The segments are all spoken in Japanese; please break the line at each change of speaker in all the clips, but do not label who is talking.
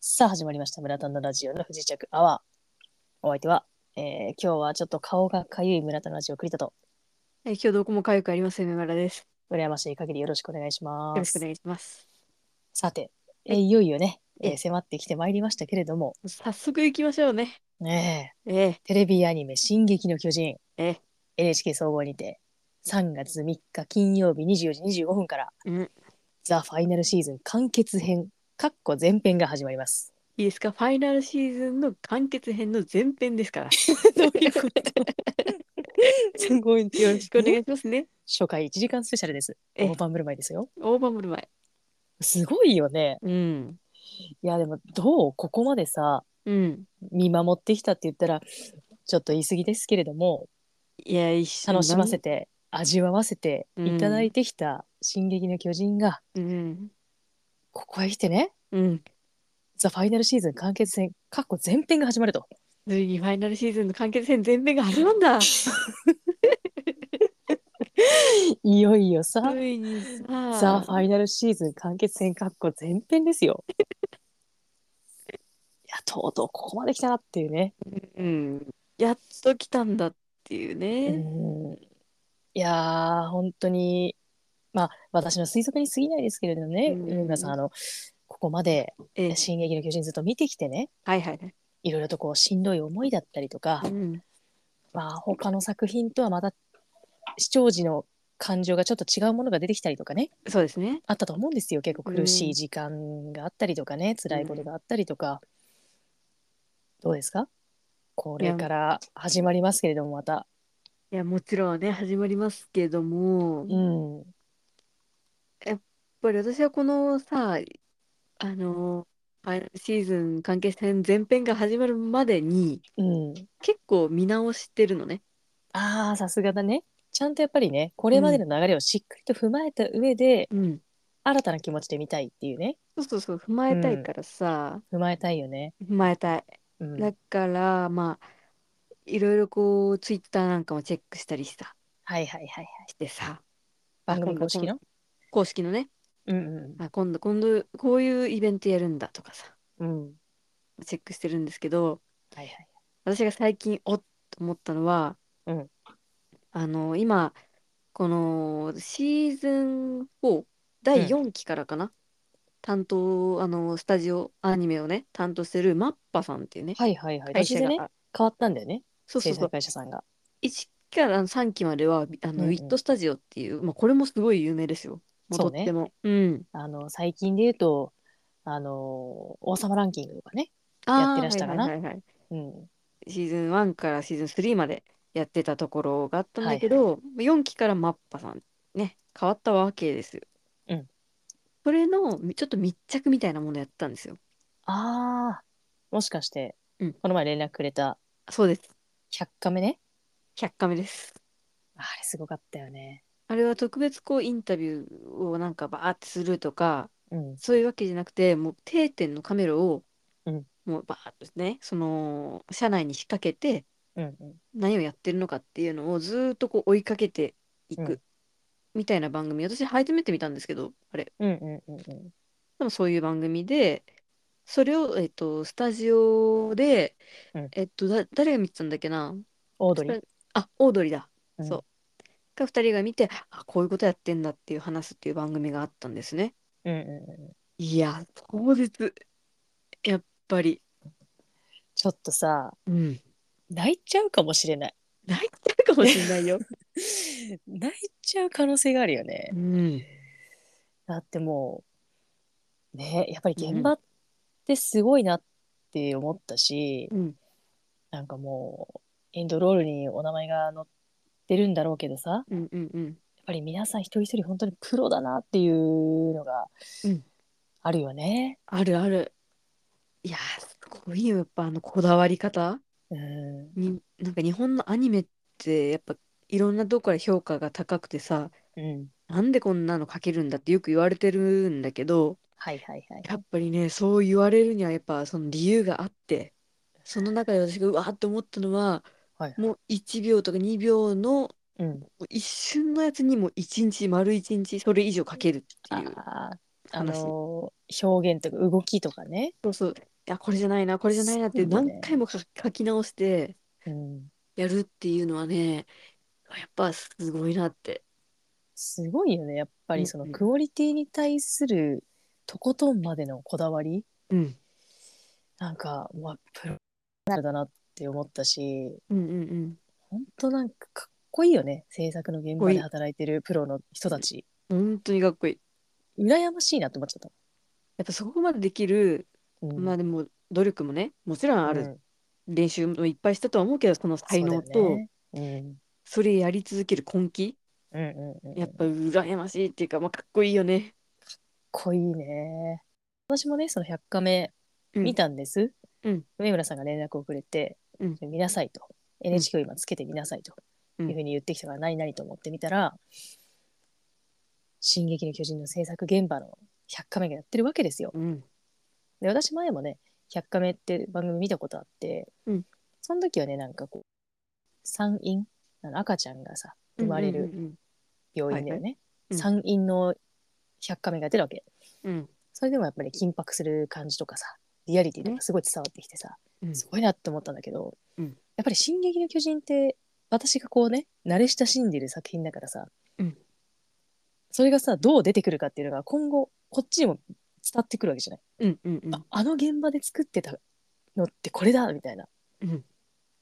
さあ始まりました村田のラジオの不時着アワーお相手は、えー今日はちょっと顔がかゆい村田のラジオ栗田と
え今日どこもかゆくありません、梅村です。
羨ましい限りよろしくお願いし
よ
ま
ろし
す
くお願いします。
さて、えーいよいよね、えー
ええ
迫ってきてまいりましたけれども
早速行きましょうね。
ねえ
え
テレビアニメ「進撃の巨人
え、え」
NHK 総合にて3月3日金曜日24時25分から
え、うん。
「ザ・ファイナルシーズン完結編」かっこ前編が始まり ます。
いいですかファイナルシーズンの完結編の前編で すから。
どういうこと すごい。
よろしくお願いしますね。
初回1時間スペシャルです。
ええ
大盤振る舞いですよ。
大盤振る舞い。
すごいよね。
うん。
いやでもどうここまでさ
うん。
見守ってきたって言ったらちょっと言い過ぎですけれども
いや、一緒
楽しませて味わわせていただいてきた「進撃の巨人」が
うん。
ここへ来てね
うん。
「ザ・ファイナルシーズン完結戦」過去前編が始まると
ついにファイナルシーズンの完結編前編が始まる んだ。つ
いよいよさ
いに
「
さ。
ザ・ファイナルシーズン完結戦」過去前編ですよ。いやとうとうここまで来たなっていうね。
うん。やっと来たんだっていうね。
うんいやー本当にまあ私の推測に過ぎないですけれどもね、
うん
皆さんあのここまで
え
「
え
進撃の巨人」ずっと見てきてね
はいはいはい。
いろいろとこうしんどい思いだったりとか、
うん。
まあ他の作品とはまた視聴時の感情がちょっと違うものが出てきたりとかね
そうですね。
あったと思うんですよ結構苦し
う
い
ん
時間があったりとかね、辛いことがあったりとか、どうですかこれから始まりますけれどもまた。
いや、もちろんね、始まりますけども。
うん
やっぱり私はこのさ、あの、ファイナルシーズン関係戦前編が始まるまでに
うん
結構見直してるのね。
ああ、さすがだね。ちゃんとやっぱりね、これまでの流れをしっかりと踏まえた上で、
うん。
新たな気持ちで見たいっていうね、
そうそうそう、踏まえたいからさ、
踏まえたいよね。
踏まえたい。
うん、
だから、まあ、いろいろこう、ツイッターなんかもチェックしたりさ、
はいはいはいはい。
してさ、
番組公式の
公式のね、
うん
あ、今度、今度、こういうイベントやるんだとかさ、
うん。うん。
チェックしてるんですけど、
はいはい。
私が最近おっと思ったのは、
うん
あの今このシーズン4第4期からかな、担当あのスタジオアニメをね担当してるマッパさんっていうね
はいはいはい。
会
途中
社
で
が、
ね、変わったんだよね、
そう
制
そうそ
作
う
会社さんが。
1から3期まではあの、
うんうん
ウィットスタジオっていう、まあ、これもすごい有名ですよもうと
そ
っ
うね
てもうん
あの、最近で言うと、あのー王様ランキングとかね。や
あ
っ
ー
てらしたかな
はいはいはいはい
うん。
シーズン1からシーズン3までやってたところがあったんだけど、4期からマッパさんね変わったわけですよ。
うん
それのみちょっと密着みたいなものやってたんですよ。
ああ、もしかして、
うん
この前連絡くれた
そうです。
100カメね。
100カメです。
あれすごかったよね。
あれは特別こうインタビューをなんかバーってするとか
うん。
そういうわけじゃなくてもう定点のカメラを
うん
もうバーッとねその車内に仕掛けて
うんうん。
何をやってるのかっていうのをずーっとこう追いかけてい
うん
くみたいな番組、私初めて見たんですけどあれ
うんうんうんうん。
でもそういう番組でそれを、えっと、スタジオで、
うん
えっと、だ誰が見てたんだっけな
オードリー
ス。タあオードリーだ、
うん
そうが2人が見てあこういうことやってんだっていう話すっていう番組があったんですね
うんうんうん
いや当日やっぱり、
ちょっとさ
うん、
泣いちゃうかもしれない
泣いてるかもしれないよ、
泣いち ゃう可能性があるよね
うん、
だってもうねやっぱり現場ってすごいなって思ったし、
うん
なんかもうエンドロールにお名前が載ってるんだろうけどさやっ
うんうんうん
ぱり皆さん一人一人本当にプロだなっていうのが
うん
あるよね。
あるあるいやすごいよやっぱあのこだわり方
うん
になんか日本のアニメってやっぱいろんなとこから評価が高くてさ
うん、
なんでこんなの描けるんだってよく言われてるんだけど
はいはいはい。
やっぱりねそう言われるにはやっぱその理由があってその中で私がうわーって思ったのは
はい
もう1秒とか2秒の
うん、
一瞬のやつにも1日丸1日それ以上描けるっていう
あーあの表現とか動きとかね、
そうそう。いや、これじゃないな、これじゃないなって
そうだね
何回も書き書き直して
うん、
やるっていうのはね、やっぱすごいなって。
すごいよねやっぱ
う
り
ん
その
うん
クオリティに対するとことんまでのこだわり
うん。
なんかまあプロフェッショナルだなって思ったし
うんうん
本当なんかかっこいいよね制作の現場で働いてるプロの人たち
うん。本当にかっこいい。
羨ましいなって思っちゃっ
やっぱそこまでできる、
た、うん
まあでも努力もね、もちろんある。
うん
練習もいっぱいしたとは思うけど、その才能
そうだよ
と、
ねうん
それやり続ける根気、
うんうんうん、
やっぱ羨ましいっていうか、まあ、かっこいいよね。
かっこいいね私もねその100カメ
うん
見たんです、
うん
梅村さんが連絡をくれて、
うん
見なさいと NHK を今つけてみなさいと
うん
いうふうに言ってきたから何々と思ってみたら「進撃の巨人」の制作現場の100カメがやってるわけですよ。
うん。
で私前もね「100カメ」って番組見たことあって、
うん
その時はねなんかこう産院あの赤ちゃんがさ生まれ
うん
る病院だよね、
うん
産院の100カメがやってるわけ。
うんうん。
それでもやっぱり緊迫する感じとかさリアリティとかすごい伝わってきてさ、
うん
すごいなって思ったんだけど、
うん
やっぱり「進撃の巨人」って私がこうね慣れ親しんでる作品だからさ、
うん
それがさどう出てくるかっていうのが今後こっちにも伝わってくるわけじゃない、
うんうんうん。
ああの現場で作ってたのってこれだみたいな
うん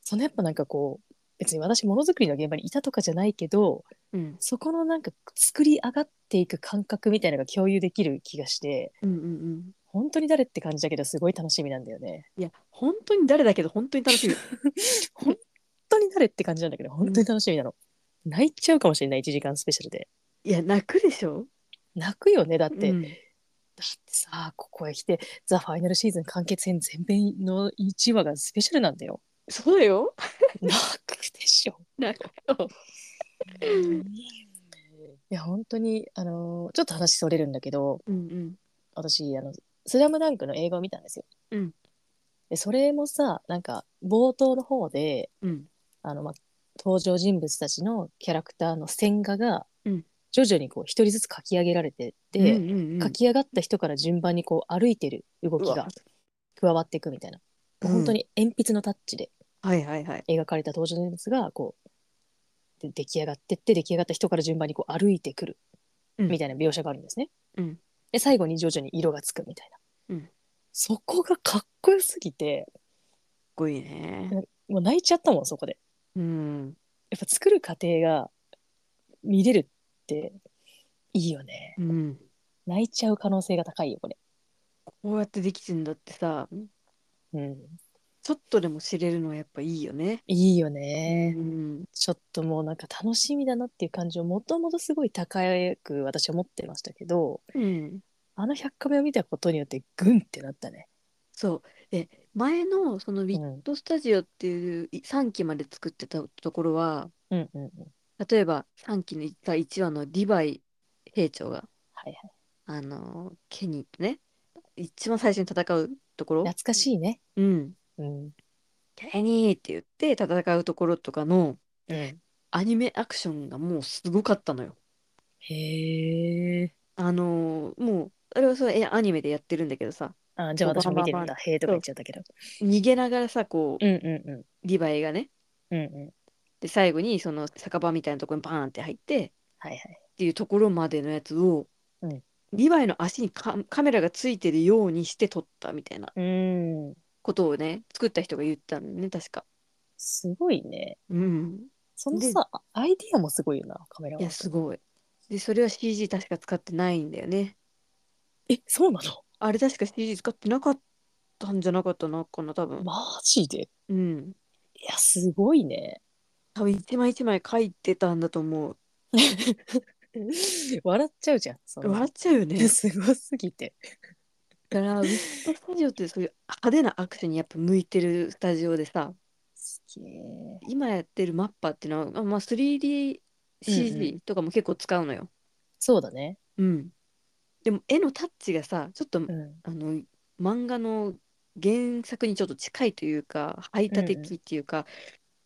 そのやっぱなんかこう別に私ものづくりの現場にいたとかじゃないけど
うん
そこのなんか作り上がっていく感覚みたいなのが共有できる気がして。
うんうんうん。
本当に誰って感じだけどすごい楽しみなんだよね。
いや、本当に誰だけど、本当に楽しみ。
本当に誰って感じなんだけど本当に楽しみなの。泣いちゃうかもしれない1時間スペシャルで。
いや、泣くでしょ
泣くよねだって、
う
だっ
ん
てさここへ来て「ザ・ファイナルシーズン完結編全編の1話がスペシャルなんだよ。
そうだよ。
泣くでしょ。
泣くよ。
いや本当にあのーちょっと話それるんだけど
うん
私あの「スラムダンクの映画を見たんですよ。
うん
でそれもさなんか冒頭の方で
うんうん
あの、まあ、登場人物たちのキャラクターの線画が
うん
徐々にこう一人ずつ描き上げられてって、
うんうんうん
描き上がった人から順番にこう歩いてる動き
う
が
わ
加わっていくみたいな、
うん
本当に鉛筆のタッチで
はいはいはい。
描かれた登場人物がこうで出来上がってって出来上がった人から順番にこう歩いてくる
うん
みたいな描写があるんですね。
うん
で最後に徐々に色がつくみたいな、
うん
そこがかっこよすぎて
すごいね。
もう泣いちゃったもんそこで。
うん。
やっぱ作る過程が見れるっていいよね。
うん。
泣いちゃう可能性が高いよ、これ。
こうやってできてんだってさ、
うん。
ちょっとでも知れるのはやっぱいいよね。
いいよ
う
ね。
ん。
ちょっともうなんか楽しみだなっていう感情をもともとすごい高く私は思ってましたけど、
うん。
あの100カメを見たことによってグンってなったね。
そう。え、前のそのウィットスタジオっていう3期まで作ってたところは、
うんうんうん。
例えば3期の1話のリヴァイ兵長が、
はいはい。
あの、ケニーとね、一番最初に戦うところ、
懐かしいね。
うん。
うん。
ケニーって言って戦うところとかの
うん、
アニメアクションがもうすごかったのよ。
へえ。
あのーもう、あれはそう、え、アニメでやってるんだけどさ、
あ、じゃあ私も見てるんだ。へえとか言っちゃったけど。
逃げながらさ、こ
うんうんう
う、リヴァイがね、
ん。うんうん。
で、最後にその酒場みたいなところにバーンって入って、っ
はいはい。
ていうところまでのやつを、
うん
リヴァイの足にカカメラがついてるようにして撮ったみたいな
うん。
ことをね、作った人が言ったんだね、確か。
すごいね。
うん。
その
で
さ、あアイディアもすごいよな、カメラ
い
は
や、。すごい。で、それは CG 確か使ってないんだよね。
え、そうな
あれ確か CG 使ってなかったんじゃなかったのかな、多
の
分。
マジでい
うん。
や、すごい ね。
多分一枚一枚書いてたんだと思う。
笑っちゃうじゃん。そんな
笑っちゃうよね。
すごすぎて。
だから、ウィットスタジオってそういう派手なアクションにやっぱ向いてるスタジオでさ、
すげえ。
今やってるマッパーっていうのは、まあ、
うんう
3DCG とかも結構使うのよ。
そうだね。
うん、でも絵のタッチがさ、ちょっと、
うん。
あの漫画の原作にちょっと近いというか、排他的っていうか、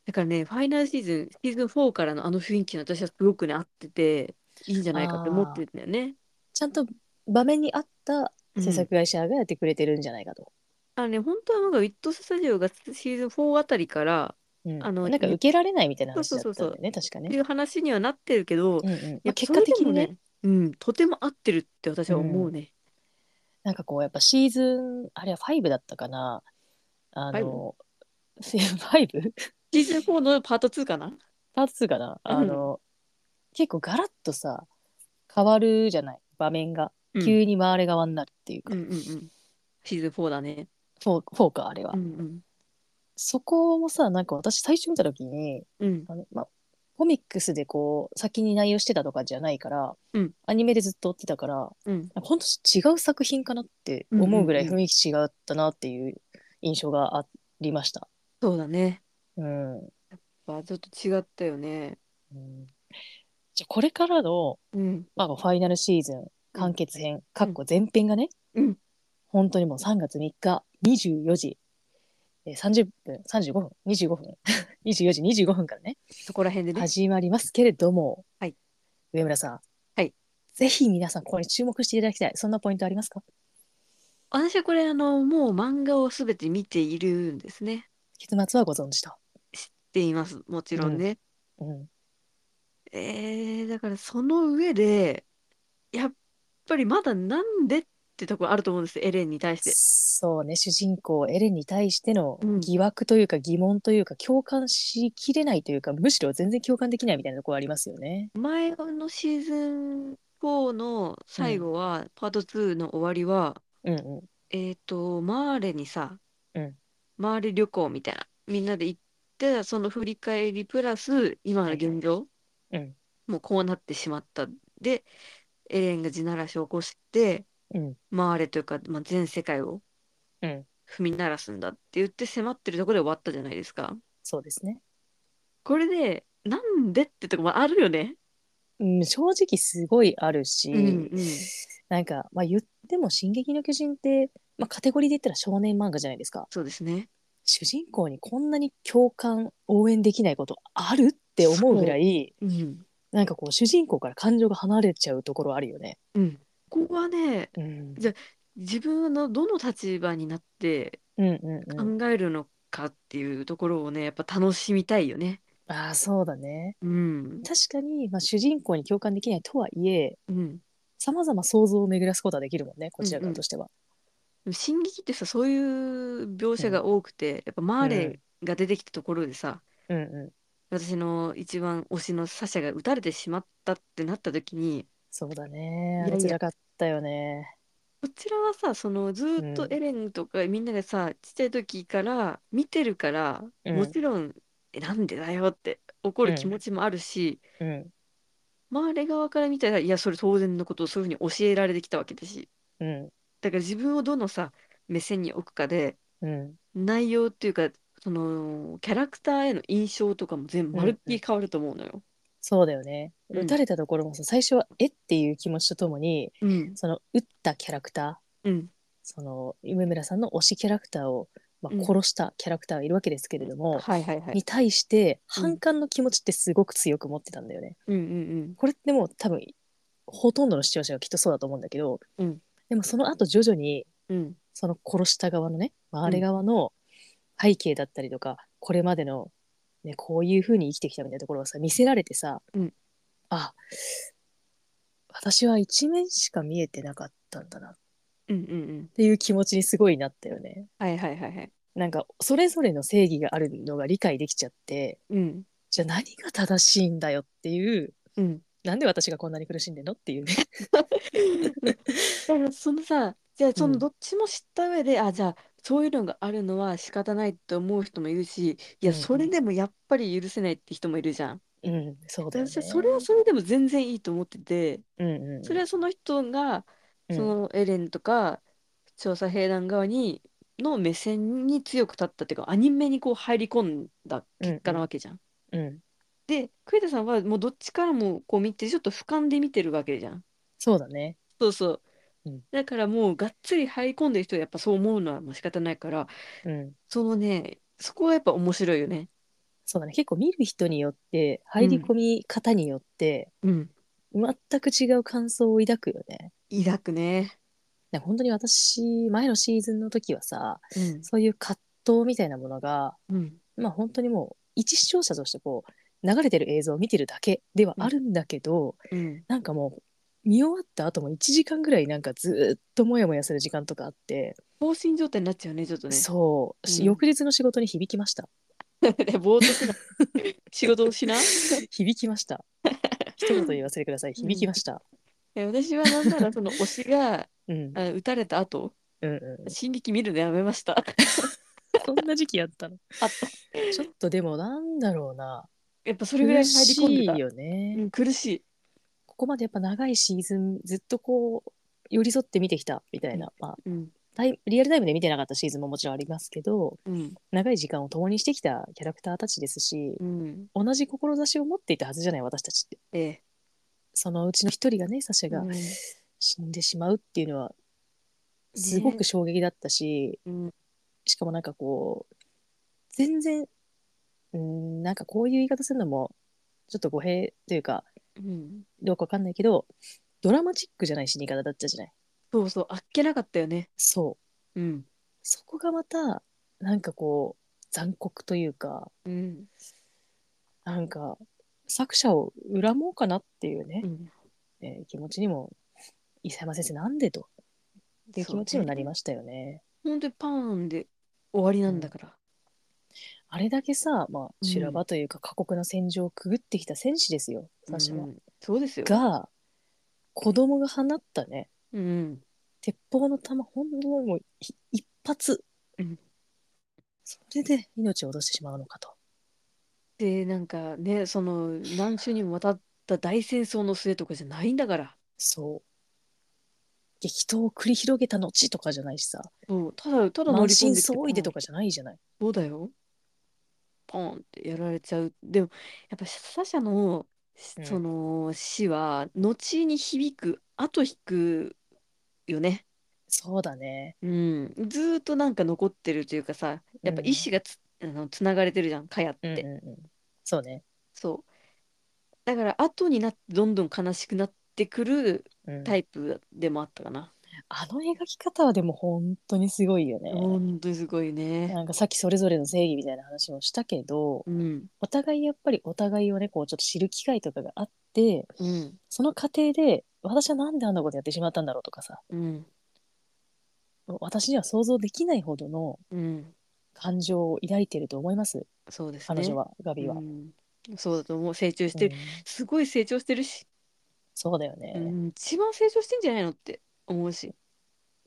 だからね、ファイナルシーズン、シーズン4からのあの雰囲気に私はすごくね、合ってて、いいんじゃないかって思ってるんだよね。
ちゃんと場面に合っった制作会社がやってくれてるんじゃないかと。
あのね、本当はなんか、ウィットスタジオがシーズン4あたりから
うん
あの
なんか受けられないみたいな話だったんだよね、確か
って
ね。
いう話にはなってるけど、
うんうんま
いや
あ、結果的にね、
それでもね、うん、とても合ってるって私は思うね。
なんかこうやっぱシーズンあれは5だったかなあの 5?
シーズン4のパート2かな
パート2かなあの、結構ガラッとさ変わるじゃない場面が
うん
急に回れ側になるっていうか、
うんうんうん。シーズン4だね。
フォーフォーかあれは、
うん
そこもさなんか私最初見た時に
うん。うん。
あの、まあ、コミックスでこう先に内容してたとかじゃないから、
うん
アニメでずっと追ってたからなんか
うん。
ほんと違う作品かなって思うぐら
う
い
んうん
雰囲気違ったなっていう印象がありました。
そうだね。
うん
やっぱちょっと違ったよね。
うんじゃあこれからの、
うん。
まあ、ファイナルシーズン完結編、かっこ前編がね、
うん
本当にもう3月3日24時えー30分35分25分 24時25分からね
そこら辺でね。
始まりますけれども、
はい
上村さん、
はい
ぜひ皆さんここに注目していただきたいそんなポイントありますか
私はこれ、あの、もう漫画をすべて見ているんですね。
結末はご存知と、
って言います。もちろんね。
うん
えー、だからその上で、やっぱりまだなんでってとこあると思うんですよエレンに対して。
そうね主人公エレンに対しての
うん
疑惑というか疑問というか共感しきれないというかむしろ全然共感できないみたいなところありますよね。
前のシーズン4の最後は、パート2の終わりは、
うんう
えっと、マーレにさ、
うん
マーレ旅行みたいな、みんなで行って、その振り返りプラス、今の現状、
んうん
もうこうなってしまった。で、エレンが地ならしを起こして、
うん
マーレというか、まあ、全世界を
うん
踏み鳴らすんだって言って迫ってるところで終わったじゃないですか。
そうですね。
これで、なんでってとこもあるよね。
うん、正直すごいあるし、
うんうん
なんか、まあ、言っても「進撃の巨人」って、まあ、カテゴリーで言ったら少年漫画じゃないですか
そうですね。
主人公にこんなに共感応援できないことあるって思うぐらい
うん
なんかこう主人公から感情が離れちゃうところあるよね。
うん、ここはね
うん、
自分のどの立場になって
うんうんうん、
考えるのかっていうところをねやっぱ楽しみたいよね。
ああそうだね。
うん
確かに、まあ、主人公に共感できないとはいえ
うん、
さまざま想像を巡らすことはできるもんねこちら側としては。
進撃ってさそういう描写が多くて、やっぱマーレが出てきたところでさ、
うんうん、
私の一番推しのサシャが撃たれてしまったってなった時に
そうだ
い
ねあ
やいや
れつらかったよね。
こちらはさそのずーっ
う
と
ん
エレンとかみんながさちっちゃい時から見てるから、
うん
もちろん「えなんでだよ」って怒る気持ちもあるし。
うん
周り側から見たらいやそれ当然のことをそういうふうに教えられてきたわけだし
うん
だから自分をどのさ目線に置くかで
うん
内容っていうかそのキャラクターへの印象とかも全部まるっきり変わると思うのよ。
そうだよね、
うん
打たれたところもさ最初は「えっ?」ていう気持ちとともに
うん、
その打ったキャラクター
うん、
その梅村さんの推しキャラクターを、ま
うん
あ、殺したキャラクターがいるわけですけれども、
はいはいはい。
に対して
うん
反感の気持ちってすごく強く持ってたんだよね。
うんうん
これってもう多分ほとんどの視聴者がきっとそうだと思うんだけど、
うん
でもその後徐々に
うんうん
その殺した側のね周り側の背景だったりとか、これまでの、ね、こういうふうに生きてきたみたいなところをさ見せられてさ、
うん
あ私は一面しか見えてなかったんだなっ
うんうんうん。
ていう気持ちにすごいなったよね。
はいはいはいはい。
なんかそれぞれの正義があるのが理解できちゃって
うん
じゃあ何が正しいんだよっていう
うん。
なんで私がこんなに苦しんでんのっていうね。
だからそのさじゃあそうの
ん
どっちも知った上で、あじゃあそういうのがあるのは仕方ないと思う人もいるしいや
うんうん
それでもやっぱり許せないって人もいるじゃん。
うん、そうだよね。
私はそれはそれでも全然いいと思ってて、
うんうんうん、
それはその人が
うん
そのエレンとか調査兵団側にの目線に強く立ったっていうかアニメにこう入り込んだ結果なわけじゃん。
うん、
で栗田さんはもうどっちからもこう見てちょっと俯瞰で見てるわけじゃん。
そうだね。
そうそう。
うん
だからもうがっつり入り込んでる人はやっぱそう思うのはもう仕方ないから
うん、
そのねそこはやっぱ面白いよね。
そうだね結構見る人によって入り込み方によって
うん。
全く違う感想を抱くよね。
抱くね。
なんか本当に私前のシーズンの時はさ
うん
そういう葛藤みたいなものが
うん
まあ本当にもう一視聴者としてこう流れてる映像を見てるだけではあるんだけど、
うん
なんかもう見終わった後も1時間ぐらいなんかずっとモヤモヤする時間とかあって、
放心状態になっちゃうねちょっとね
そう、し
うん
翌日の仕事に響きま した
でぼーっとしな 仕事をしな
響きました一言言わせてください響きました、
いや私はなんならその推しが
うん、うん
あ打たれた後
うんうん
進撃見るのやめました
そんな時期やったの
あっ
ちょっとでもなんだろうな
やっぱそれぐらい
苦
に入り
し
込んで
い
た
よね、
うん、苦しい
ここまでやっぱ長いシーズンずっとこう寄り添って見てきたみたいな、まあ、
うん
タイリアルタイムで見てなかったシーズンももちろんありますけど
うん
長い時間を共にしてきたキャラクターたちですし、
うん
同じ志を持っていたはずじゃない私たちって
ええ
そのうちの一人がねサシャが
うん
死んでしまうっていうのはすごく衝撃だったし、
うん
しかもなんかこう全然うんなんかこういう言い方するのもちょっと語弊というか
うん
どうかわかんないけどドラマチックじゃない死に方だったじゃない
そうそうあっけなかったよね
そう
うん
そこがまたなんかこう残酷というか
うん、
なんか作者を恨もうかなっていうね
う、ん、
えー気持ちにも伊佐山先生なんでとっていう気持ちにもなり
す
ましたよね。
本当にパーンで終わりなんだから、
あれだけさ、まあ、
うん
修羅場というか過酷な戦場をくぐってきた戦士ですよ、サシャは
うんそうですよ
が子供が放ったね
うん
鉄砲の弾ほんのもうひ一発、
うん
それで命を落としてしまうのかと。
でなんかねその何週にもわたった大戦争の末とかじゃないんだから
そう激闘を繰り広げた後とかじゃないしさ
そうただただ乗
満
り込ん
身
できて
創痍でと
ポン
かじゃないじゃない。
そうだよポンってやられちゃうでもやっぱサシャの
うん
その死は後に響く後引くよね
そうだね。
うん、ずーっとなんか残ってるというかさやっぱ
うん
意志がつ、あのつながれてるじゃんかやっ
う
て、
んうんうん、そうね。
そうだから後になってどんどん悲しくなってくる
うん、
タイプでもあったかな、
あの描き方はでも本当にすごいよね。
本当にすごいね
なんかさっきそれぞれの正義みたいな話もしたけど
うん
お互いやっぱりお互いをねこうちょっと知る機会とかがあって
うん
その過程で私はなんであんなことやってしまったんだろうとかさ
うん
私には想像できないほどの
うん
感情を抱いてると思います
そうですね
彼女は、ガビは、
う
うん
ん、そうだと思う成長してる、すごい成長してるし、
そうだよね、
うん、一番成長してんじゃないのって思うし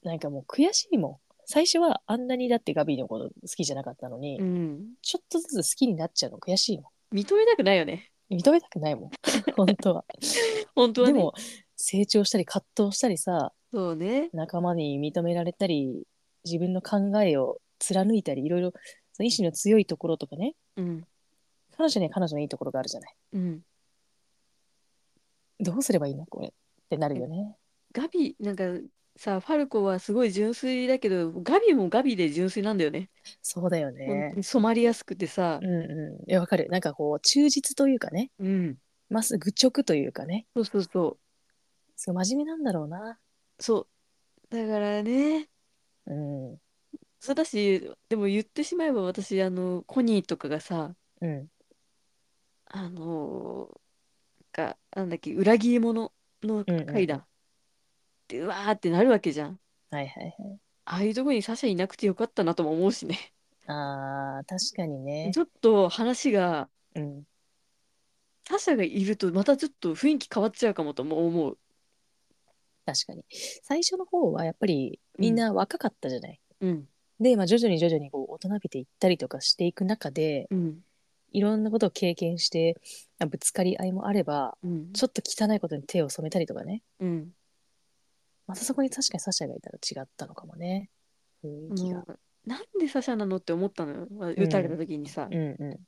なんかもう悔しいもん最初はあんなにだってガビのこと好きじゃなかったのに、
うん
ちょっとずつ好きになっちゃうの悔しいも
認めたくないよね
ん認めたくない もん本当は
本当は
で
ね
も成長したり葛藤したりさ
そうね
仲間に認められたり自分の考えを貫いたりいろいろその意志の強いところとかね
うん
彼女には彼女のいいところがあるじゃない
うん
どうすればいいのこれってなるよね
ガビなんかさファルコはすごい純粋だけどガビもガビで純粋なんだよね、
そうだよ
本
ね
当に染まりやすくてさ
う、んうんいやわかるなんかこう忠実というかね
うん、
まっすぐ直というかね
そうそうそ
すごい真面目なんだろうな
うそうだからね
うんう
そうだしでも言ってしまえば私あのコニーとかがさ
ん
あのなんかなんだっけ裏切り者の
うんうん
階段ってうわーってなるわけじゃん
はいはいはい
ああいうとこにサシャいなくてよかったなとも思うしね
あー確かにね
ちょっと話が
うん
サシャがいるとまたちょっと雰囲気変わっちゃうかもとも思う
確かに最初の方はやっぱりみんな若かったじゃない、
うん
で、まあ、徐々に徐々にこう大人びていったりとかしていく中で
うん
いろんなことを経験してあぶつかり合いもあれば
うん
ちょっと汚いことに手を染めたりとかね
うん、
またそこに確かにサシャがいたら違ったのかもね雰囲気が。
なんでサシャなのって思ったのよ、まあ打たれた時にさ、
うんう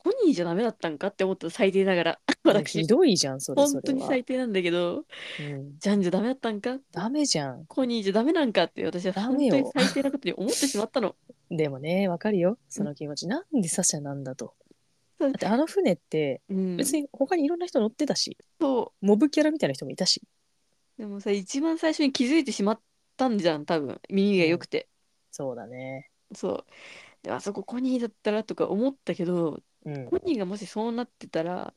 コニーじゃダメだったんかって思った最低ながら
ん、ひ
私
どいじゃんそれそ
本当
れ
に
は、
最低なんだけ
う
ど
ん、
ジャンじゃダメだったんか
ダメじゃん
コニーじゃダメなんかって私は
ダ
本当
メよ
に最低なことに思ってしまったの
でもねわかるよその気持ち、なんでサシャなんだとだ
そう
ってあの船って
うん
別に他にいろんな人乗ってたし、
そ
モブキャラみたいな人もいたし
うでもさ一番最初に気づいてしまっったんじゃん多分耳が良くて、
そうだね。
そうであそこコニーだったらとか思ったけど
うん。
コニーがもしそうなってたら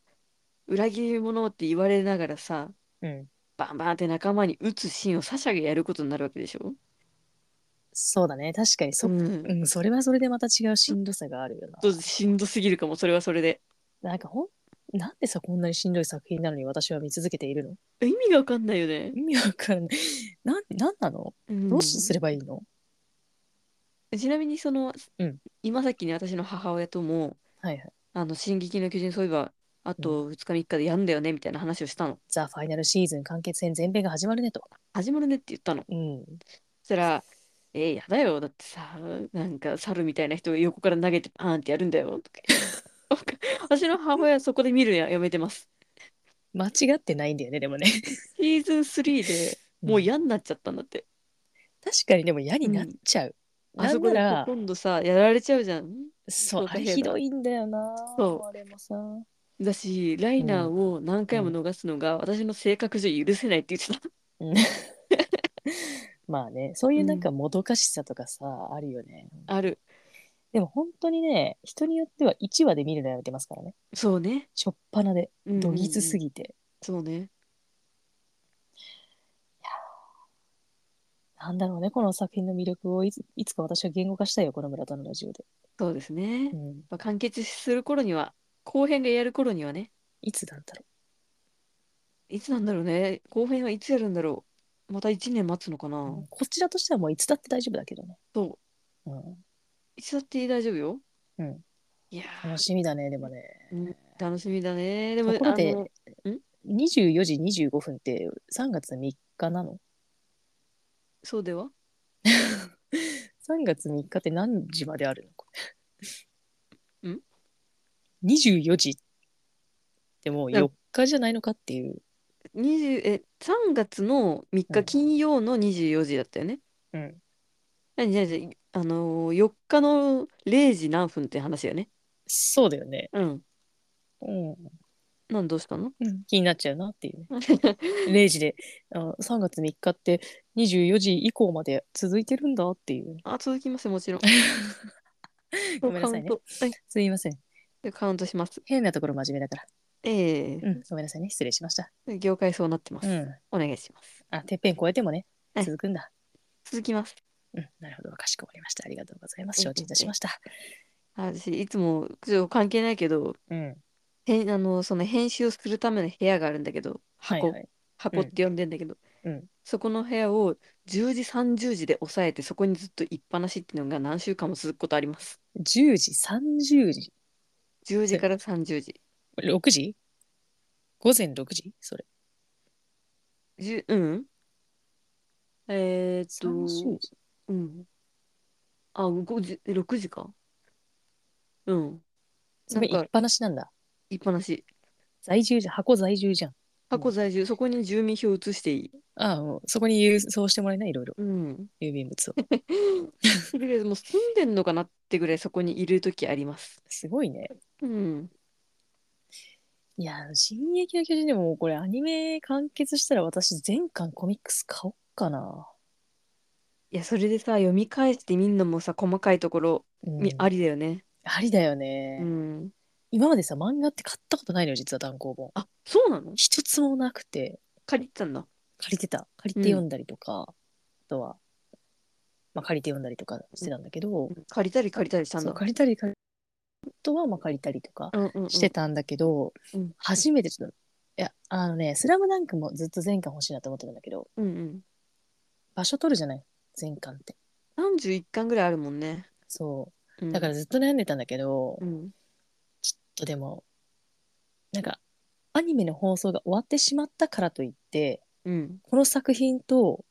裏切り者って言われながらさ
うん。
バンバンって仲間に撃つシーンをサシャがやることになるわけでしょ
そうだね。確かにそ、
う
うんん、それはそれでまた違うしんどさがあるよな
ち。ょっとしんどすぎるかもそれはそれで
なんかほん、なんでさ、こんなにしんどい作品なのに私は見続けているの
え意味がわかんないよね、
意味わかんない。なん、なんなのどうすればいいの、
ちなみにその、
うん
今さっきね私の母親とも
はいはい。
「あの進撃の巨人」そういえばあと2日3日でやんだよねみたいな話をしたの
ザ・ファイナルシーズン完結編全編が始まるねと。
始まるねって言ったの
うん。
そしたら「えー、やだよだってさなんか猿みたいな人が横から投げてパーンってやるんだよ」とか言 って私の母親はそこで見るのややめてます
間違ってないんだよね、でもね。
シーズン3でもう嫌になっちゃったんだって、
確かにでも嫌になっちゃう。
あそこで
なんなら
今度さやられちゃうじゃん
そう、
そう
あれ
だけど
ひどいんだよな。
そう
あれもさ。
だしライナーを何回も逃すのが私の性格上許せないって言ってた
うんまあね、そういうなんかもどかしさとかさ、あるよね。
ある
でも本当にね、人によっては1話で見るのやめてますからね。
そうね
しょっぱなで、
うんうんうん
どぎつすぎて。
そうね
なんだろうね、この作品の魅力をいついつか私は言語化したいよ、この村田のラジオで。
そうですね、
う
やっ
ん、
ぱ完結する頃には後編がやる頃にはね
いつなんだろ
いつなんだろうね後編はいつやるんだろうまた1年待つのかな、
う、こちらとしてはもういつだって大丈夫だけどね。
そう
うん、
いつだって大丈夫よ
うん
いやー
楽しみだね、でもね。
うん楽しみだねでも
ところで
あの
24時25分って3月3日なの
そうでは
?3 月3日って何時まであるのこれ
ん
?24 時ってもう
いや
4日じゃないのかっていう。
20え3月の3
う
日
ん
金曜の24時だったよね、
うん、
何何何あのー、4日の0時何分って話だよね
そうだよね。
うん
うん
なんどうしたの
気になっちゃうなっていうね。0時であ3月3日って24時以降まで続いてるんだっていう。
あ続きますよもちろん
ごめんなさいね
カウントはい
すみません。
でカウントします
変なところ真面目だから。
ええ
うん、ごめんなさいね。失礼しました。
業界そうなってます、
うん。
お願いします
あ、てっぺん越えてもね、
はい
続くんだ。
続きます
うん、なるほど。かしこまりました。ありがとうございます。
う
承
ん
知いたしました。
あ私いつもちょっと関係ないけど
うん。
へんあのその編集をするための部屋があるんだけど
はい
箱、
はい。
箱って呼んでんだけど、
うん
そこの部屋を10時30時で抑えてそこにずっといっぱなしっていうのが何週間も続くことあります
10時、30時、
10時から30時
6時午前6時それ。
じゅうんえーっ
30
と
時。
うんあ5時え6時かうん
それ、い
なん
っ
か
ぱなしなんだ。
いっぱなし
在住じゃん。箱在住じゃん。
箱在住、そこに住民票移していい
ああ、もうそこに郵送してもらえないいろいろ。
うん
郵便 物を。
それぐらいもう住んでんのかなってぐらいそこにいる時あります
すごいね。
うん
いや、進撃の巨人でももうこれアニメ完結したら私全巻コミックス買おっかな。
いやそれでさ読み返してみんなもさ細かいところ
うん
みありだよね
ありだよね、
うん
今までさ、漫画って買ったことないのよ、実は単行本。
あそうなの
一つもなくて、
借りてたんだ
借りてた。借りて読んだりとか、あとは、まあ、借りて読んだりとかしてたんだけど、
借りたり借りたりしたん
そう
だ
借りたり借り、あとはまあ借りたりとか
うんうんうん
してたんだけど、
うん
初めてちょっと、いや、あのね、スラムダンクもずっと全巻欲しいなと思ってたんだけど、
うんうん
場所取るじゃない全巻って。
31巻ぐらいあるもんね
そう。
うん
だからずっと悩んでたんだけど、
うん
ちょっとでも、なんか、アニメの放送が終わってしまったからといって、
うん
この作品と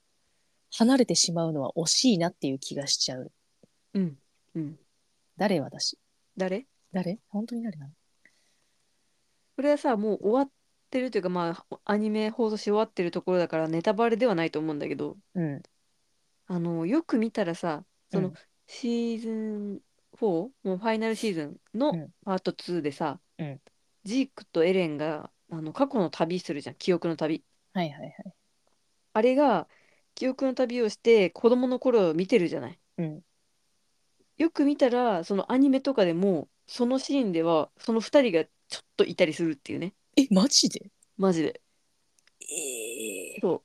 離れてしまうのは惜しいなっていう気がしちゃう。
うんうん
誰私
誰
誰本当に誰なの
これはさもう終わってるというかまあアニメ放送し終わってるところだからネタバレではないと思うんだけど
うん。
あのよく見たらさその、
うん
シーズン 4? もうファイナルシーズン
う
の
ん
パート2でさ、
うん
ジークとエレンがあの過去の旅するじゃん記憶の旅
はいはいはい。
あれが記憶の旅をして子供の頃を見てるじゃない。
うん。
よく見たら、そのアニメとかでも、そのシーンでは、その二人がちょっといたりするっていうね。
え、マジで
マジで。
ええ
そう。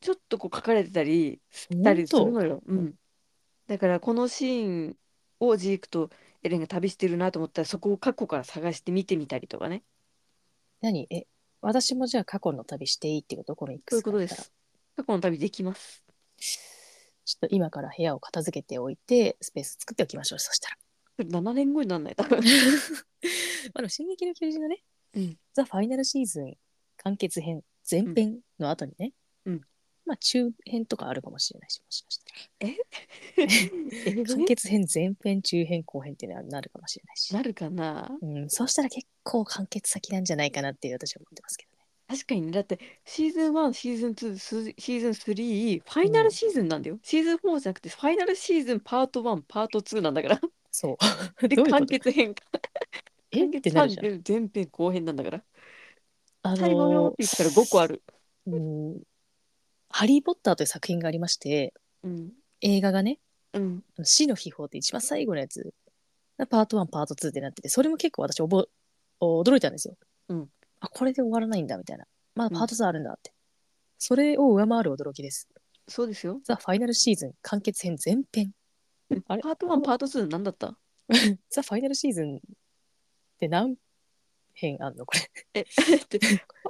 ちょっとこう書かれてたり、
ー。
た
本
りする
当
のよ。うん。だから、このシーンをジークとエレンが旅してるなと思ったら、そこを過去から探して見てみたりとかね。
何え、私もじゃあ過去の旅していいってことこの
そういう
X
こ
だ
と
っ
で
たら。
す。過去の旅できます。
ちょっと今から部屋を片付けておいて、スペース作っておきましょう。そ したら。
それ7年後になんない、多分。
まあ、でも進撃の巨人のね、
うん
ザ・ファイナルシーズン完結編、前編の後にね、
うん
まあ中編とかあるかもしれないし、もしかしたら。
え
完結編、前編、中編、後編っていうのはなるかもしれないし。
なるかな
うん、そうしたら結構完結先なんじゃないかなっていう私は思ってますけどね。
確かにね、だってシーズン1、シーズン2、スシーズン3、ファ
う
イナル
ん、
シーズンなんだよ。シーズン4じゃなくて、ファイナルシーズンパート1、パート2なんだから。
そう。
で、
どういうこ
完
と
結編か。
えっ
完結
てなる
3
じゃん。
で前編後編なんだから。
あ
最後のっ
の
て言ったら5個ある。
ーうんハリー・ポッターという作品がありまして、
うん。
映画がね、
うん。
あの死の秘宝って一番最後のやつ、パート1、パート2ってなってて、それも結構私おぼ、驚いたんですよ。
うん。
あ、これで終わらないんだみたいな。まだ
う
パー
ん。
ト2あるんだって。それを上回る驚きです。
そうですよ。
ザ・ファイナルシーズン完結編前編。
うん
あれ
パート
あ
1、
の、
パート2なんだった
ザ・ファイナルシーズンって何編あんのこれ。
え、えって、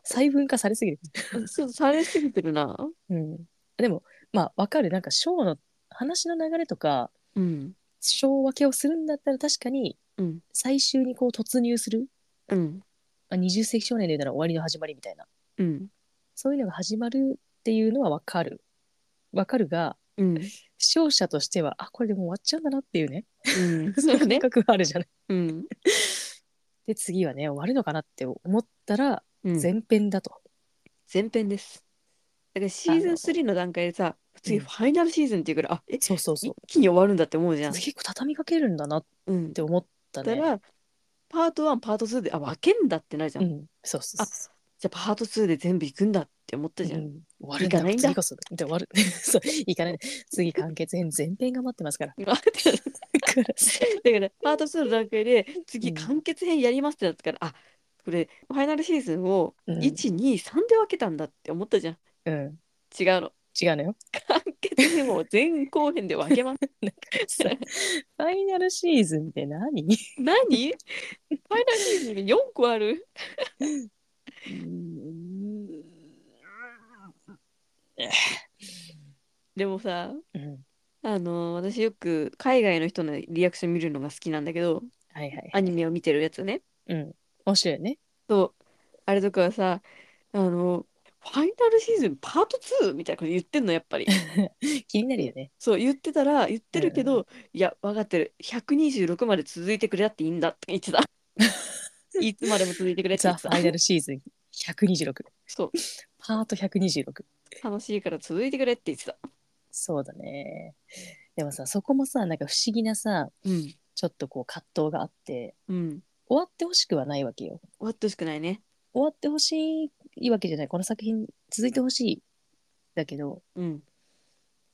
細分化されすぎる。
そう、されすぎてるな。
うん。でも、まあ、わかる。なんか、ショーの話の流れとか、
うん。
ショー分けをするんだったら確かに、
うん。
最終にこう突入する。
うん。
まあ20世紀少年で言うなら終わりの始まりみたいな。
うん。
そういうのが始まるっていうのはわかる。わかるが、
うん。
視聴者としては、あ、これでもう終わっちゃうんだなっていうね、
うん。
そ
そ
い
う
う
う
感
ね。
覚があるじゃない。
うん。
で、次はね、終わるのかなって思ったら、
うん。
前編だと。
前編です。だからシ
あ
ーズン
の、
3の段階でさ、
う
次フ
ん、
ァイナルシーズンっていうから、あ、え、
そうそうそ
一
う。
気に終わるんだって思うじゃん。
結構畳みかけるんだなっ
うん。
て思った
だか
ね。
ら、パート1、パート2で、あ、分けんだってなるじゃ。
うんん、そうそう
あ、
そう。
じゃあパート2で全部行くんだって思った
う
じゃん。
ん、終わ
行
るん
か
だ、
ないん
次
だ。
こそ。で、終 わる。そう、いかない。次、完結編前編が待ってます から。
だか
だからさ。
ら、パート2の段階で、
う
次、
ん、
完結編やりますってなったから、あ、これ、ファイナルシーズンを
うん、
1、2、3で分けたんだって思ったじゃん。
うん。
違うの。
違うの よ。
完結編を前後編で 分けます。
なんかさ、ファイナルシーズンって何
何ファイナルシーズンが4個ある。
うーん
でもさ、
うん。
あの私よく海外の人のリアクション見るのが好きなんだけど
はいはい
ア
は
ニ
い。
メを見てるやつね
うん。面白いよね。
そうあれとかはさあの「ファイナルシーズンパート2」みたいなこと言ってんのやっぱり
気になるよね。
そう言ってたら言っ
う
てるけ
ん。
ど「いや分かってる126まで続いてくれっていいんだ」って言 ってたいつまでも続いてくれって
ザ・
言っ
フ
てた
ァイナルシーズン126。
そう
パート126。
楽しいから続いてくれって言ってた
そうだね。でもさ、そこもさ、なんか不思議なさ、
うん
ちょっとこう葛藤があって、
うん
終わってほしくはないわけよ。
終わってほしくないね
終わってほしいわけじゃない。この作品続いてほしい。だけど、
うん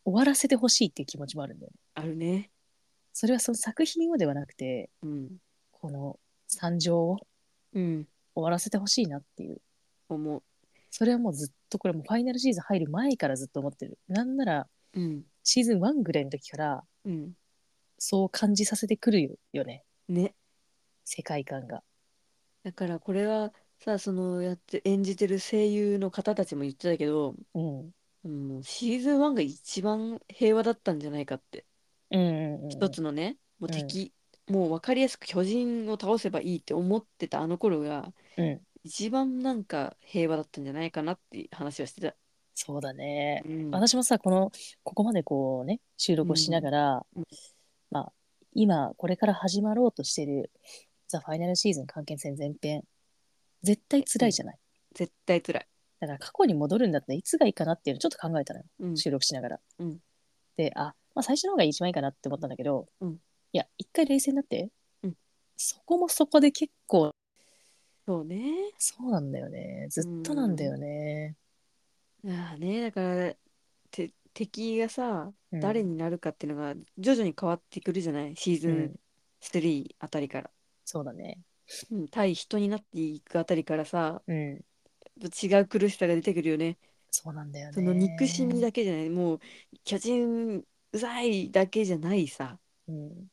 終わらせてほしいっていう気持ちもあるんだよね。
あるね
それはその作品をではなくて、
うん
この惨状を
うん
終わらせてほしいなっていう。
思
それはもうずっとこれもうファイナルシーズン入る前からずっと思ってる。なんなら
ううん
シーズン1ぐらいの時から
うん
そう感じさせてくるよね。
ね
世界観が。
だからこれはさそのやって演じてる声優の方たちも言ってたけど、
うん。
うんシーズン1が一番平和だったんじゃないかって
うん
一
う
つのねもうん
うん。
敵もう分かりやすく巨人を倒せばいいって思ってたあの頃が
うん。うん。
一番なんか平和だったんじゃないかなって話はしてた。
そうだね。
うん、
私もさ、この、ここまでこうね、収
う、
録をしなんがら、まあ、今、これから始まろうとしてる、ザ・ファイナルシーズン完結戦前編、絶対
う
辛い
ん
じゃない。
絶対辛い。
だから過去に戻るんだったらいつがいいかなっていうのをちょっと考えたのよ。
うん
収録しながら。
うん
で、あ、まあ最初の方が一番いいかなって思ったんだけど、
うん
いや、一回冷静になって、
うん
そこもそこで結構、
そうね。
そうなんだよね。
う
ずっとなんだ
ん
よね。
ああねだからて敵がさ、
うん
誰になるかっていうのが徐々に変わってくるじゃないシーズ
う
ン
ん
3あたりから。
そうだね。
うん、対人になっていくあたりからさ、
うん。
違う苦しさが出てくるよね。
そうなんだよね。
その憎しみだけじゃない、もう、キャチン、うざいだけじゃないさ、
うん。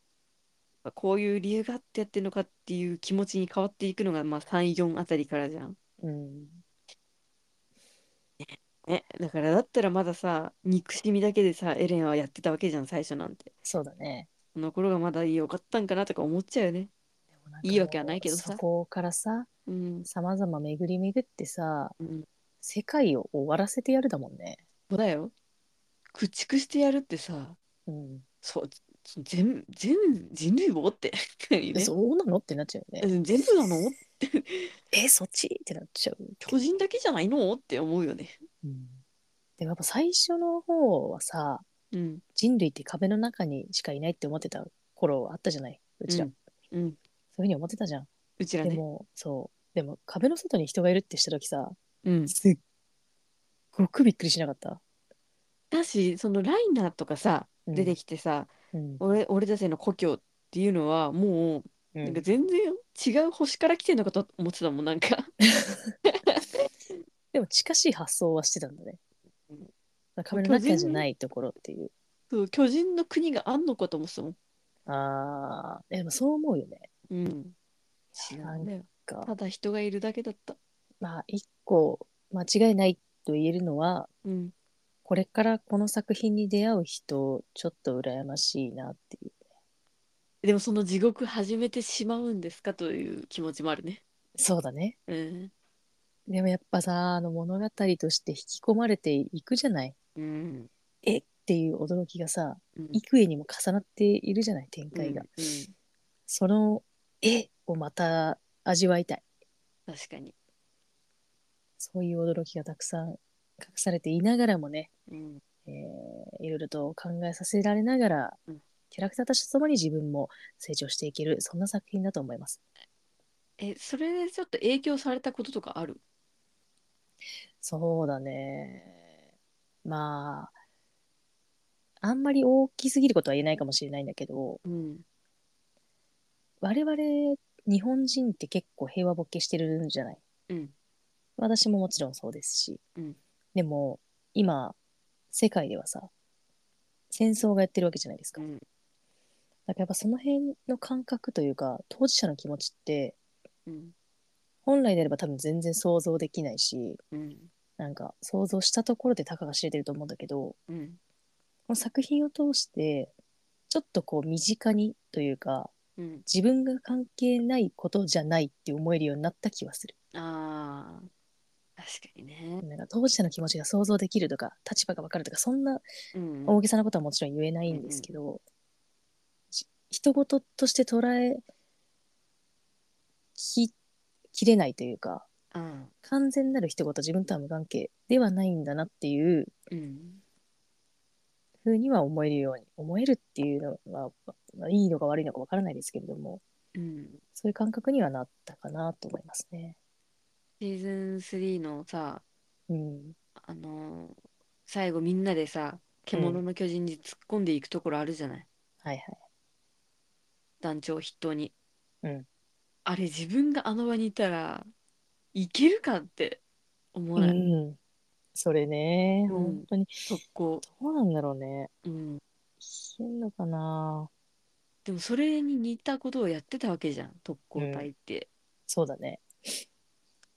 こういう理由があってやってるのかっていう気持ちに変わっていくのが、まあ、3、4あたりからじゃん。
うん。
ね、だからだったらまださ、憎しみだけでさ、エレンはやってたわけじゃん、最初なんて。
そうだね。
その頃がまだ良かったんかなとか思っちゃうよね。
でもなんかもう
いいわけはないけどさ
そこからさ、
うん。
さまざま巡り巡ってさ、
うん、
世界を終わらせてやるだもんね。
そうだよ。駆逐してやるってさ、
うん。
そう、そ全、全、人類をって いうね。
そうなのってなっちゃうよね。
うん全部なの
え、そっちってなっちゃう。
巨人だけじゃないのって思うよね。
うん。でもやっぱ最初の方はさ、
うん。
人類って壁の中にしかいないって思ってた頃あったじゃないうちら、
うん
そ
うん。
ういうふうに思ってたじゃん、
うちら
で
ね。
もそうでも壁の外に人がいるってした時さ
うん。
すっごくびっくりしなかった、
だし、そのライナーとかさ、
うん
出てきてさ、
うん
俺、俺たちの故郷っていうのは、も
う
う、
ん
なんか全然違う星から来てんのかと思ってたもん、なんか。
でも近しい発想はしてたんだね、
うん
だから壁の中じゃないところっていう
そう、巨人の国があんのかと思ってたもん。
あーえでもそう思うよね
うん。違うんだよ。
か
ただ人がいるだけだった。
まあ一個間違いないと言えるのは
うん。
これからこの作品に出会う人ちょっと羨ましいなっていう
でもその地獄始めてしまうんですかという気持ちもあるね。
そうだね
うん。
でもやっぱさあの物語として引き込まれていくじゃない
うん。
えっていう驚きがさ
うん。
幾重にも重なっているじゃない展開が、
うん
そのえをまた味わいたい
うん確かに。
そういう驚きがたくさん隠されていながらもね、
うん。
えーいろいろと考えさせられながら、
うん
キャラクターたちと共に自分も成長していけるそんな作品だと思います
え、それでちょっと影響されたこととかある
そうだねまああんまり大きすぎることは言えないかもしれないんだけど、
うん。
我々日本人って結構平和ボケしてるんじゃない
うん。
私ももちろんそうですし、
うん
でも今世界ではさ戦争がやってるわけじゃないですか、
うん。
だからやっぱその辺の感覚というか当事者の気持ちって
うん。
本来であれば多分全然想像できないし
うん。
なんか想像したところでたかが知れてると思うんだけどこ
うん。
の作品を通してちょっとこう身近にというか
うん。
自分が関係ないことじゃないって思えるようになった気はする。
ああ、確かにね。
なんか当事者の気持ちが想像できるとか立場が分かるとかそんな
うん。
大げさなことはもちろん言えないんですけど、ひ人事として捉えききれないというか
うん。
完全なる人事自分とは無関係ではないんだなっていう
うん。
ふうには思えるように思えるっていうのは、まあ、いいのか悪いのか分からないですけれども
うん。
そういう感覚にはなったかなと思いますね。
シーズン3のさ、
うん、
あのー最後みんなでさ、獣の巨人に突っ込んでいくところあるじゃない。
はいはい
団長を筆頭に、
うん
あれ自分があの場にいたらいけるかって思わない、
うん、それね、
うん
本当に
そこ、
どうなんだろうね。
うん、
しんのかな
でもそれに似たことをやってたわけじゃん特攻隊って、
そうだね
そ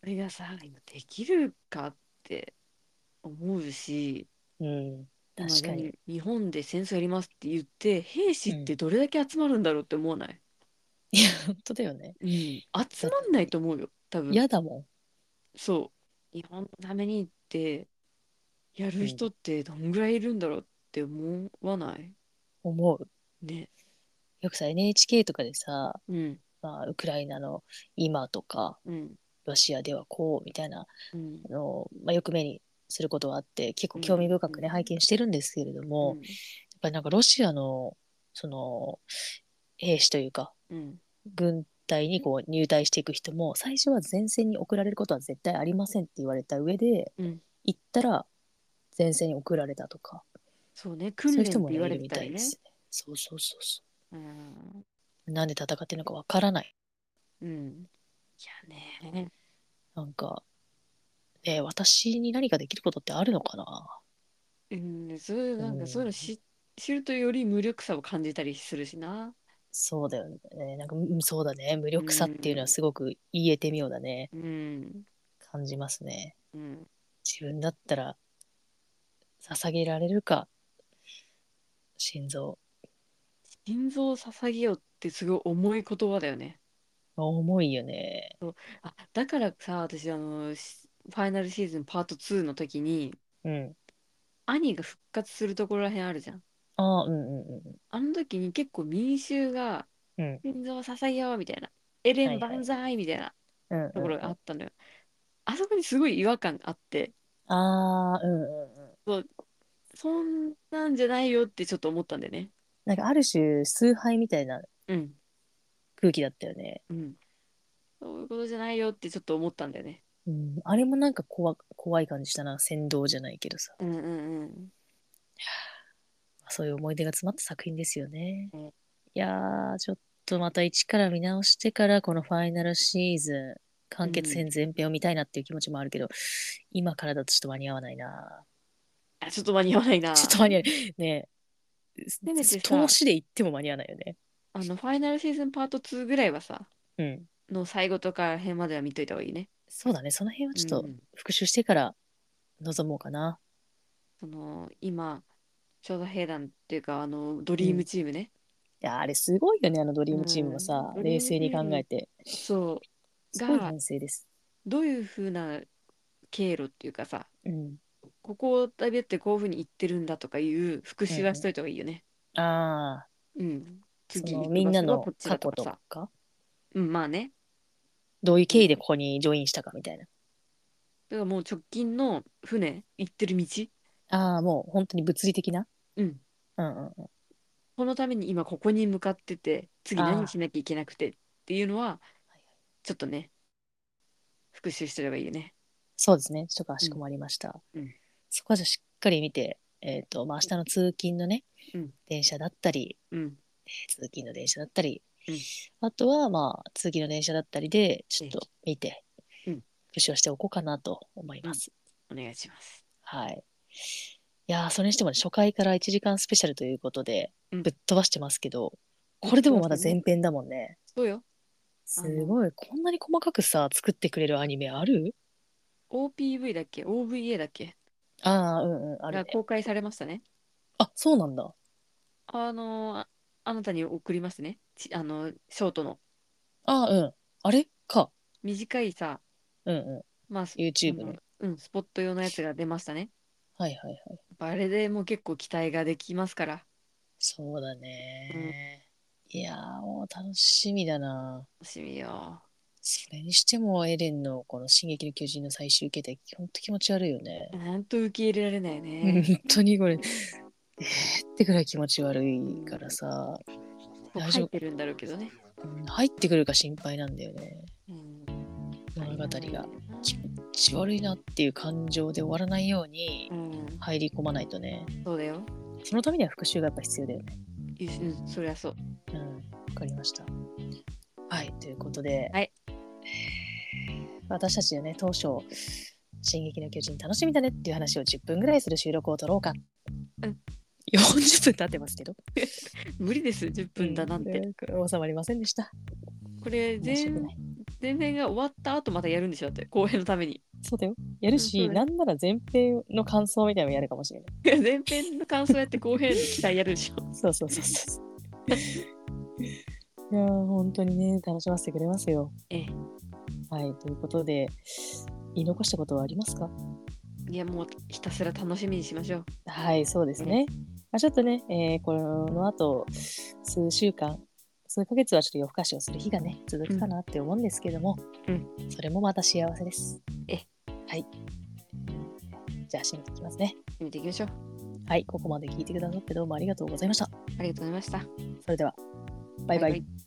れがさ今できるかって思うし
うん
今
確かに
ね日本で戦争やりますって言って兵士ってどれだけ集まるんだろうって思わない、
いや本当だよね
うん、集まんないと思うよ多分
嫌だも
そう日本のためにってやる人ってどんぐらいいるんだろうって思わない
ん思う
ね。
よくさ NHK とかでさ、
うん
まあ、ウクライナの今とか
うん
ロシアではこうみたいな
うん
あの、まあ、よく目にすることはあって結構興味深くね、
うん
拝見してるんですけれど
う
も、やっ
ん
ぱりなんかロシアのその兵士というか
うん
軍隊にこう入隊していく人も最初は前線に送られることは絶対ありませんって言われた上で
うん
行ったら前線に送られたとか
そうね、
そう
訓
いう
練って
人もね
言わ
い
れ
る
て
み
た
たい
り
で
ね。
すね。そうそうそうそ
うん。
う。なんで戦ってるのかわからない。
うん。いやね。
なんか、ね、私に何かできることってあるのかな
うん、そういう、なん
う
か
ん
そういうの知、知るとより無力さを感じたりするしな。
そうだよね。なんか、うんそうだね。無力さっていうのはすごく言えてみようだね。
うん。
感じますね。
うん。
自分だったら、捧げられるか、心臓。
心臓を捧げようってすごい重い言葉だよね。
重いよね。
あ、だからさ、私、あの、しファイナルシーズンパート2の時に、
うん。
兄が復活するところらへんあるじゃん。
ああ、うんうんうん
あの時に結構民衆が、
うん。うん。
心臓を捧げようみたいな、エレ
はい
ン
はい
万歳みたいな
うん
とこ
うん
ろがあったのよ。あそこにすごい違和感あって、
ああ、うんうんうん。
そんなんじゃないよってちょっと思ったんだよね。
なんかある種、崇拝みたいな
うん。
空気だったよね。
うん。そういうことじゃないよってちょっと思ったんだよね。
うん、あれもなんか怖怖い感じしたな。先導じゃないけどさ。
うんうん
そういう思い出が詰まった作品ですよね。
うん
いやー、ちょっとまた一から見直してから、このファイナルシーズン、完結編全編を見たいなっていう気持ちもあるけど、今からだとちょっと間に合わないな。
あ、ちょっと間に合わないな。
ちょっと間に合わない。ねえ
せめてさ
投資で行っても間に合わないよね。
あの、ファイナルシーズンパート2ぐらいはさ、
うん。
の最後とか辺までは見といた方がいいね。
そうだね。その辺はちょっ
う
と
ん
復習してから臨もうかな。
その、今、調査兵団っていうか、あの、ドリームチームね。
いやー、あれすごいよね。あのドリームチームもさ、
うん
冷静に考えて。
そ
すごい
が
編成です。
う、どういう風な経路っていうかさ、
うん。
ここを食べてこういう風に言ってるんだとかいう復習はしといた方がいいよね。
ああ、
うん。
そ
次行
の
く
みんな
場所
の
はこっち
過
だ
去
とか
と
さ。
か。
うん、まあね。
どういう経緯でここにジョインしたかみたいな。
だからもう直近の船行ってる道、
ああ、もう本当に物理的な。
うん、
うんうんうん。
このために今ここに向かってて次
あー
何しなきゃいけなくてっていうのはちょっとね復習してればいいよね。
そうですね。ちょっとかしこまりました。
うんうん
そこはじゃあしっかり見て、えっ、と、まあ、明日の通勤のね、
うん
電車だったり、
うん、
通勤の電車だったり、
うん
あとはまあ、通勤の電車だったりで、ちょっと見て、
うん
復習をしておこうかなと思います。
お願いします。
はい。いやーそれにしてもね、初回から1時間スペシャルということで、
うん
ぶっ飛ばしてますけど、これでもまだ前編だもんね。
そうよ。
すごい。こんなに細かくさ、作ってくれるアニメある
OPV だっけ ?OVA だっけ
ああ、うんうん、ある、
が
ね。
公開されましたね。
あ、そうなんだ。
あのーああなたに送りますね。ちあのショートの
ああ、うん。あれか。
短いさ、
うんうん。
まあ、ス
YouTube の。
あのうん、スポット用のやつが出ましたね。
はいはいはい。
やっぱあれでもう結構期待ができますから。
そうだね。いやー、もう楽しみだな。
楽しみよ。
それにしても、エレンのこの「進撃の巨人」の最終形態、ほんと気持ち悪いよね。
なんと受け入れられないね。
本当にこれ、えーってくらい気持ち悪いからさ、
もう書いてるんだろうけどね。
うん入ってくるか心配なんだよね。
うん
物語が。気持ち悪いなっていう感情で終わらないように
うん、
入り込まないとね
そうだよ。
そのためには復習がやっぱ必要だよね
うんそりゃそう。
うんわかりましたはいということで、
はい
えー私たちでね当初「進撃の巨人楽しみだね」っていう話を10分ぐらいする収録を取ろうか、
うん、
40分経ってますけど
無理です、10分だなんて。
うん収まりませんでした
これ
申し
前
訳、ない
前編が終わった後またやるんでしょだって、後編のために。
そうだよやる
うん
し、
そう
な
だ
んなら前編の感想みたいなのもやるかもしれない
前編の感想やって後編の期待やるでしょ。
そうそうそうそう。いやー本当にね楽しませてくれますよ。
ええ
はいということで言い残したことはありますか
いや、もうひたすら楽しみにしましょう。
はいそうですね。まあ、ちょっとね、えーこの後数週間数ヶ月はちょっと夜更かしをする日がね続くかなって思うんですけども、
うん
それもまた幸せです。
え
はい。じゃあ締めていきますね。
決めていきましょう。
はいここまで聞いてくださってどうもありがとうございました。
ありがとうございました。
それではバイバイ
イ。